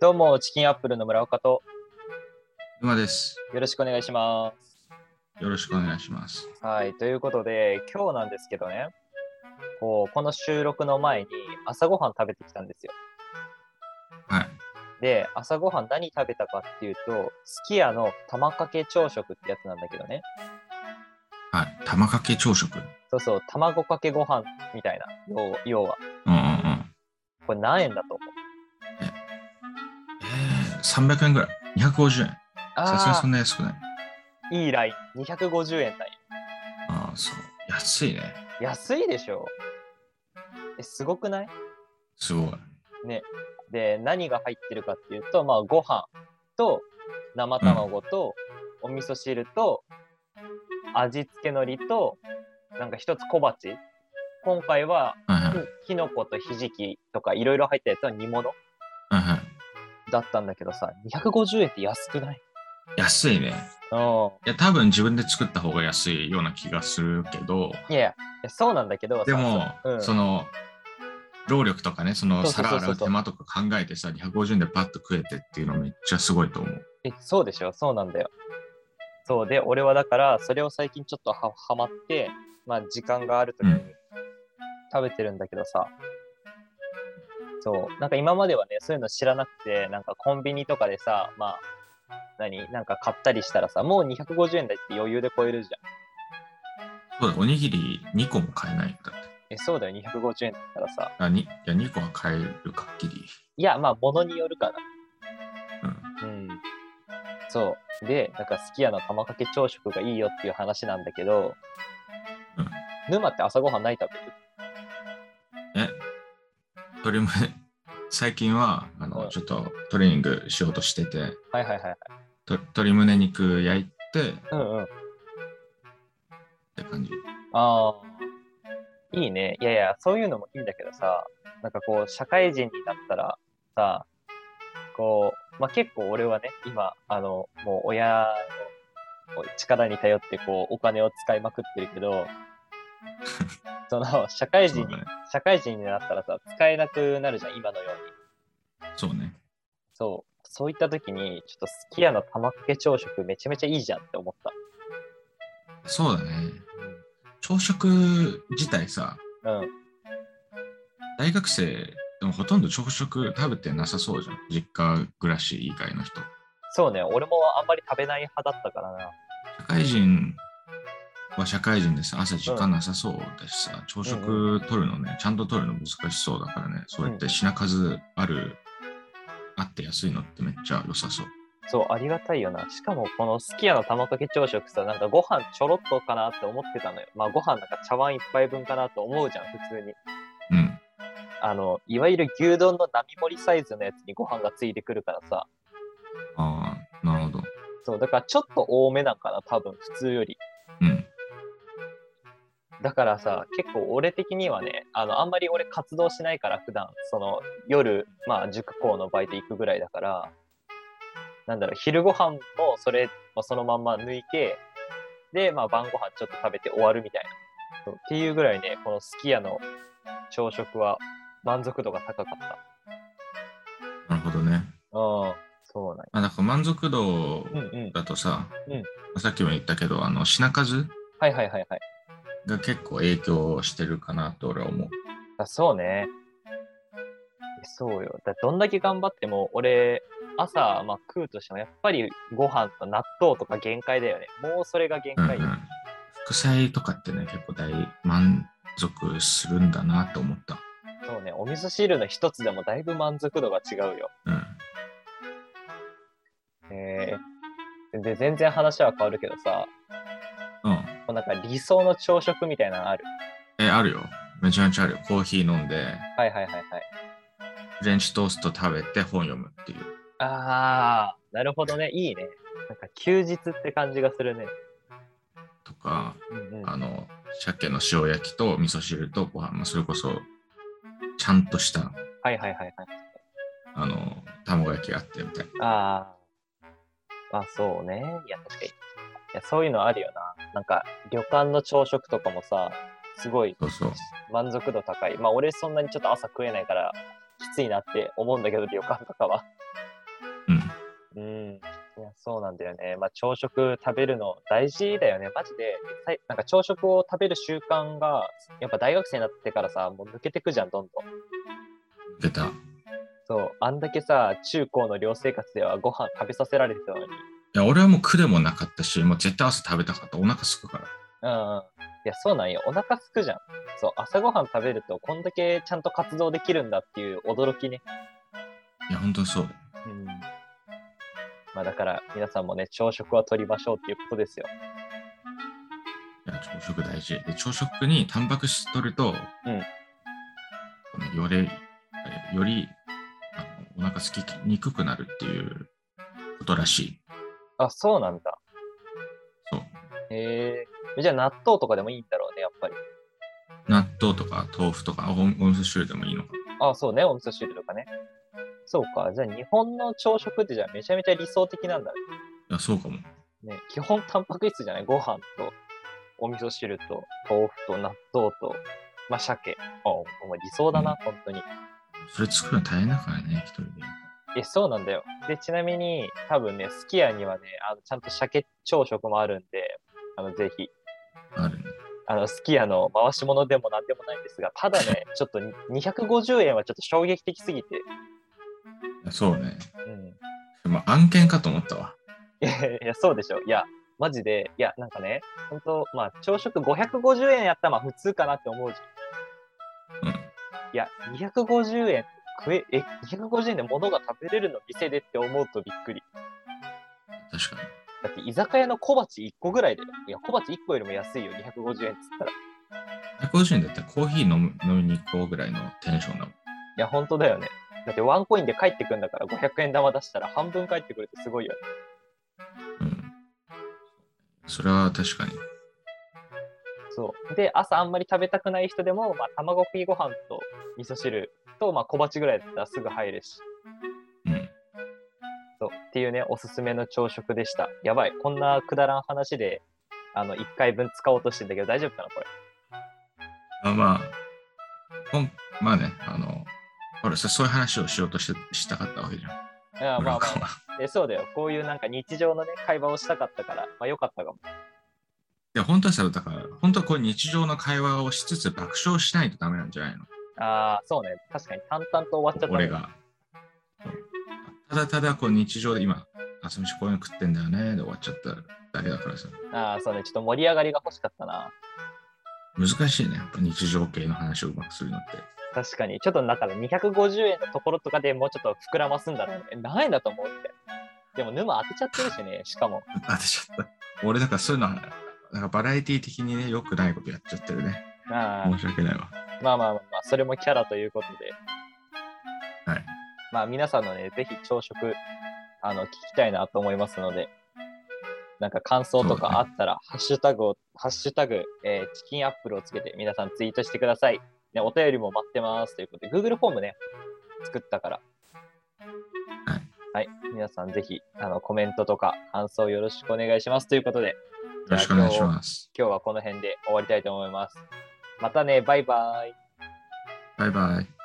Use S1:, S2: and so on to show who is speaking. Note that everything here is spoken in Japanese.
S1: どうも、チキンアップルの村岡と、
S2: 沼です。
S1: よろしくお願いします。
S2: よろしくお願いします。
S1: はい、ということで、今日なんですけどね、こうこの収録の前に朝ごはん食べてきたんですよ。
S2: はい。
S1: で、朝ごはん何食べたかっていうと、すき家の玉かけ朝食ってやつなんだけどね、
S2: はい。玉かけ朝食。うん
S1: そうそう、卵かけご飯みたいな、要要は。
S2: うんうん。
S1: これ何円だと思う
S2: えー、300円ぐらい。250円。さすがに
S1: あ
S2: そんな安くない。
S1: あ、いいライン、250円だよ。
S2: ああ、そう。安いね。
S1: 安いでしょえ、すごくない
S2: すごい。
S1: で何が入ってるかっていうと、まあ、ご飯と生卵とお味噌汁と味付け海苔となんか一つ小鉢今回は
S2: はいはい。
S1: きのことひじきとかいろいろ入ったやつは煮物
S2: はいはい。
S1: だったんだけどさ250円って安くない
S2: 安いね。
S1: うん
S2: いや、多分自分で作った方が安いような気がするけど、
S1: いやいやいやそうなんだけどさ
S2: でも、
S1: そ
S2: そ,、
S1: うん
S2: の、労力とかね、その
S1: そうそうそう
S2: 皿
S1: そう
S2: 洗う手間とか考えてさ、250円でパッと食えてっていうのめっちゃすごいと思う。
S1: えそうでしょそうなんだよそうで俺はだからそれを最近ちょっとははまってまあ時間がある時
S2: う
S1: に
S2: ん
S1: 食べてるんだけどさ、そうなんか今まではねそういうの知らなくてなんかコンビニとかでさまあ何なんか買ったりしたらさもう250円台って余裕で超えるじゃん
S2: そうだ、おにぎり2個も買えないんだって。
S1: えそうだよ250円だったらさ
S2: あ、にいや、2個は買えるかっきり。
S1: いやまあ物によるか
S2: うん。
S1: なうんそうでなんかすき家の玉かけ朝食がいいよっていう話なんだけど、
S2: うん
S1: 沼って朝ごはんない食べる
S2: え鶏むね 最近はあの、
S1: うん
S2: ちょっとトレーニングしようとしてて
S1: はいはいはいはい。
S2: と鶏むね肉焼いてっ
S1: うんうん。あ
S2: て感じ
S1: あー。いいね。いやいや、そういうのもいいんだけどさ、なんかこう、社会人になったらさ、こう、まあ、結構俺はね、今、あの、もう親の力に頼って、こう、お金を使いまくってるけ ど、その、社会
S2: そ
S1: 人
S2: うだ
S1: に
S2: ね、
S1: 社会人になったらさ、使えなくなるじゃん、今のように。
S2: そうね
S1: そう。そういった時に、ちょっとすき家の玉かけ朝食めちゃめちゃいいじゃんって思った。
S2: そうだね朝食自体さ
S1: うん。うん。
S2: 大学生でもほとんど朝食食べてなさそうじゃん実家暮らし以外の人
S1: そうね、俺もあんまり食べない派だったからな。
S2: 社会人は社会人でさ朝時間なさそうだしさ、朝食取るのね、ちゃんと取るの難しそうだからねそうやって品数ある、あって安いのってめっちゃ良さそう
S1: そう、ありがたいよな。しかも、このすき家の玉かけ朝食さ、なんかご飯ちょろっとかなって思ってたのよ。まあ、ご飯なんか茶碗一杯分かなと思うじゃん、普通に。
S2: うん
S1: あの、いわゆる牛丼の並盛りサイズのやつにご飯がついてくるからさ。
S2: ああなるほど
S1: そう、だからちょっと多めなんかな、多分、普通より。
S2: うん
S1: だからさ、結構俺的にはね、あの、あんまり俺活動しないから、普段、その、夜、まあ、塾校のバイト行くぐらいだから、なんだろう、昼ご飯もそれ、まあ、そのまんま抜いて、で、まあ、晩ご飯ちょっと食べて終わるみたいな。そうっていうぐらいね、このすき家の朝食は満足度が高かった。
S2: なるほどね
S1: うん、そうなんや
S2: まあだから満足度
S1: うんうん。
S2: だとさ、
S1: うん
S2: さっきも言ったけどあの品数
S1: はいはいはいはい。
S2: が結構影響してるかなと俺は思う
S1: あそうね。そうよ。だどんだけ頑張っても、俺、朝、まあ、食うとしても、やっぱりご飯と納豆とか限界だよね。もうそれが限
S2: うん
S1: 界
S2: う
S1: よ。
S2: ん副菜とかってね結構大満足するんだなと思った
S1: そうね。お味噌汁の一つでもだいぶ満足度が違うよ。
S2: うん
S1: えー、で、全然話は変わるけどさ、
S2: うん
S1: もうなんか理想の朝食みたいなのある。
S2: え、あるよ。めちゃめちゃあるよ。コーヒー飲んで、
S1: はいはいはいはい。
S2: フレンチトースト食べて本読むっていう。
S1: あー、なるほどね。いいね。なんか休日って感じがするね。
S2: とか、
S1: うんうん。
S2: あの、鮭の塩焼きと味噌汁とご飯、まあ、それこそ、ちゃんとした、
S1: はいはいはいはい。
S2: あの、卵焼きがあってみたい な。
S1: ああ。まあそうね。いや、確かに。いや、そういうのあるよな。なんか、旅館の朝食とかもさ、すごい
S2: そうそう。
S1: 満足度高い。まあ俺そんなにちょっと朝食えないから、きついなって思うんだけど、旅館とかは。う
S2: うん。
S1: ん。いや、そうなんだよね。まあ、朝食食べるの大事だよね。マジで。さいなんか朝食を食べる習慣が、やっぱ大学生になってからさ、もう抜けてくじゃん、どんどん。
S2: 出た。い
S1: そう。あんだけさ、中高の寮生活ではご飯食べさせられてたのに。
S2: や、俺はもう苦でもなかったし、もう絶対朝食べたかった。お腹すくか
S1: う
S2: ら。
S1: んうん。いや、そうなんよ。お腹すくじゃん。そう。朝ごはん食べると、こんだけちゃんと活動できるんだっていう驚きね。
S2: いや、本当にそう。
S1: うん。まあ、だから、皆さんもね、朝食は取りましょうっていうことですよ。
S2: いや朝食大事。で朝食にタンパク質取ると、
S1: うん
S2: このより、えよりあのお腹すきにくくなるっていうことらしい。
S1: あ、そうなんだ。
S2: そう。
S1: へえ。じゃあ、納豆とかでもいいんだろうね、やっぱり。
S2: 納豆とか豆腐とかおお味噌汁でもいいのか。
S1: あ、そうね、お味噌汁とかね。そうか、じゃあ日本の朝食ってじゃあめちゃめちゃ理想的なんだ
S2: いや、そうかも。
S1: ね。ね基本タンパク質じゃないご飯とお味噌汁と豆腐と納豆と、まあ、鮭。あ、お前理想だな、本当に。
S2: それ作るの大変だからね、一人で。
S1: え、そうなんだよ。で、ちなみに多分ね、すき家にはね、あのちゃんと鮭朝食もあるんで、あのぜひ、
S2: あるね。
S1: あのすき家の回し物でもなんでもないんですが、ただ ね、ちょっと250円はちょっと衝撃的すぎて、
S2: いやそうね。
S1: うん、
S2: まあ、案件かと思ったわ。
S1: いやいや、そうでしょ。いや、マジで、いや、なんかね、本当まあ、朝食550円やったら、まあ、普通かなって思うじ
S2: うん。
S1: ゃん。いや、250円、食え、え、250円で物が食べれるの店でって思うとびっくり。
S2: 確かに。
S1: だって、居酒屋の小鉢1個ぐらいで、いや、小鉢1個よりも安いよ、250円っつったら。い
S2: 150円だったらコーヒー飲む飲みに行こうぐらいのテンションだもん。
S1: や、本当だよね。だって、ワンコインで帰ってくんだから、500円玉出したら半分帰ってくるってすごいよね。
S2: うん。それは確かに。
S1: そう。で、朝あんまり食べたくない人でも、まあ、卵食いご飯と味噌汁と、まあ、小鉢ぐらいだったらすぐ入るし。
S2: うん。
S1: そうっていうね、おすすめの朝食でした。やばい、こんなくだらん話で、あの、1回分使おうとしてんだけど、大丈夫かな、これ。
S2: あまあ、ほんまあね、あの、ほら、そそういう話をしようとしてしたかったわけじゃん。
S1: あーまあ
S2: 村岡
S1: ま
S2: は
S1: あ、 えそうだよ。こういうなんか日常のね、会話をしたかったから、まあよかったかも。
S2: いや、本当はさ、だから、本当はこういう日常の会話をしつつ爆笑しないとダメなんじゃないの
S1: ああ、そうね。確かに淡々と終わっちゃったね、
S2: 俺が。ただただこう日常で今、朝飯こういうの食ってんだよねで終わっちゃっただけだからさ。
S1: ああ、そうね。ちょっと盛り上がりが欲しかったな。
S2: 難しいね、やっぱ日常系の話をうまくするのって。
S1: 確かに。ちょっとだから250円のところとかでもうちょっと膨らますんだろうね。え何円だと思うって。でも沼当てちゃってるしね。しかも。
S2: 当てちゃった。俺だからそういうのは、なんかバラエティ的にね、良くないことやっちゃってるね。
S1: ああ
S2: 申し訳ないわ。
S1: まあまあまあまあ、それもキャラということで。
S2: はい。
S1: まあ皆さんのね、ぜひ朝食、あの、聞きたいなと思いますので、なんか感想と
S2: そうだね
S1: かあったら、ハッシュタグを、ハッシュタグ、えーチキンアップルをつけて皆さんツイートしてください。ね、お便りも待ってますということで、Google フォームね、作ったから。
S2: はい。
S1: はい。皆さんぜひ、あの、コメントとか感想よろしくお願いしますということで、
S2: よろしくお願いします。
S1: 今日はこの辺で終わりたいと思います。またね、バイバイ。
S2: バイバイ。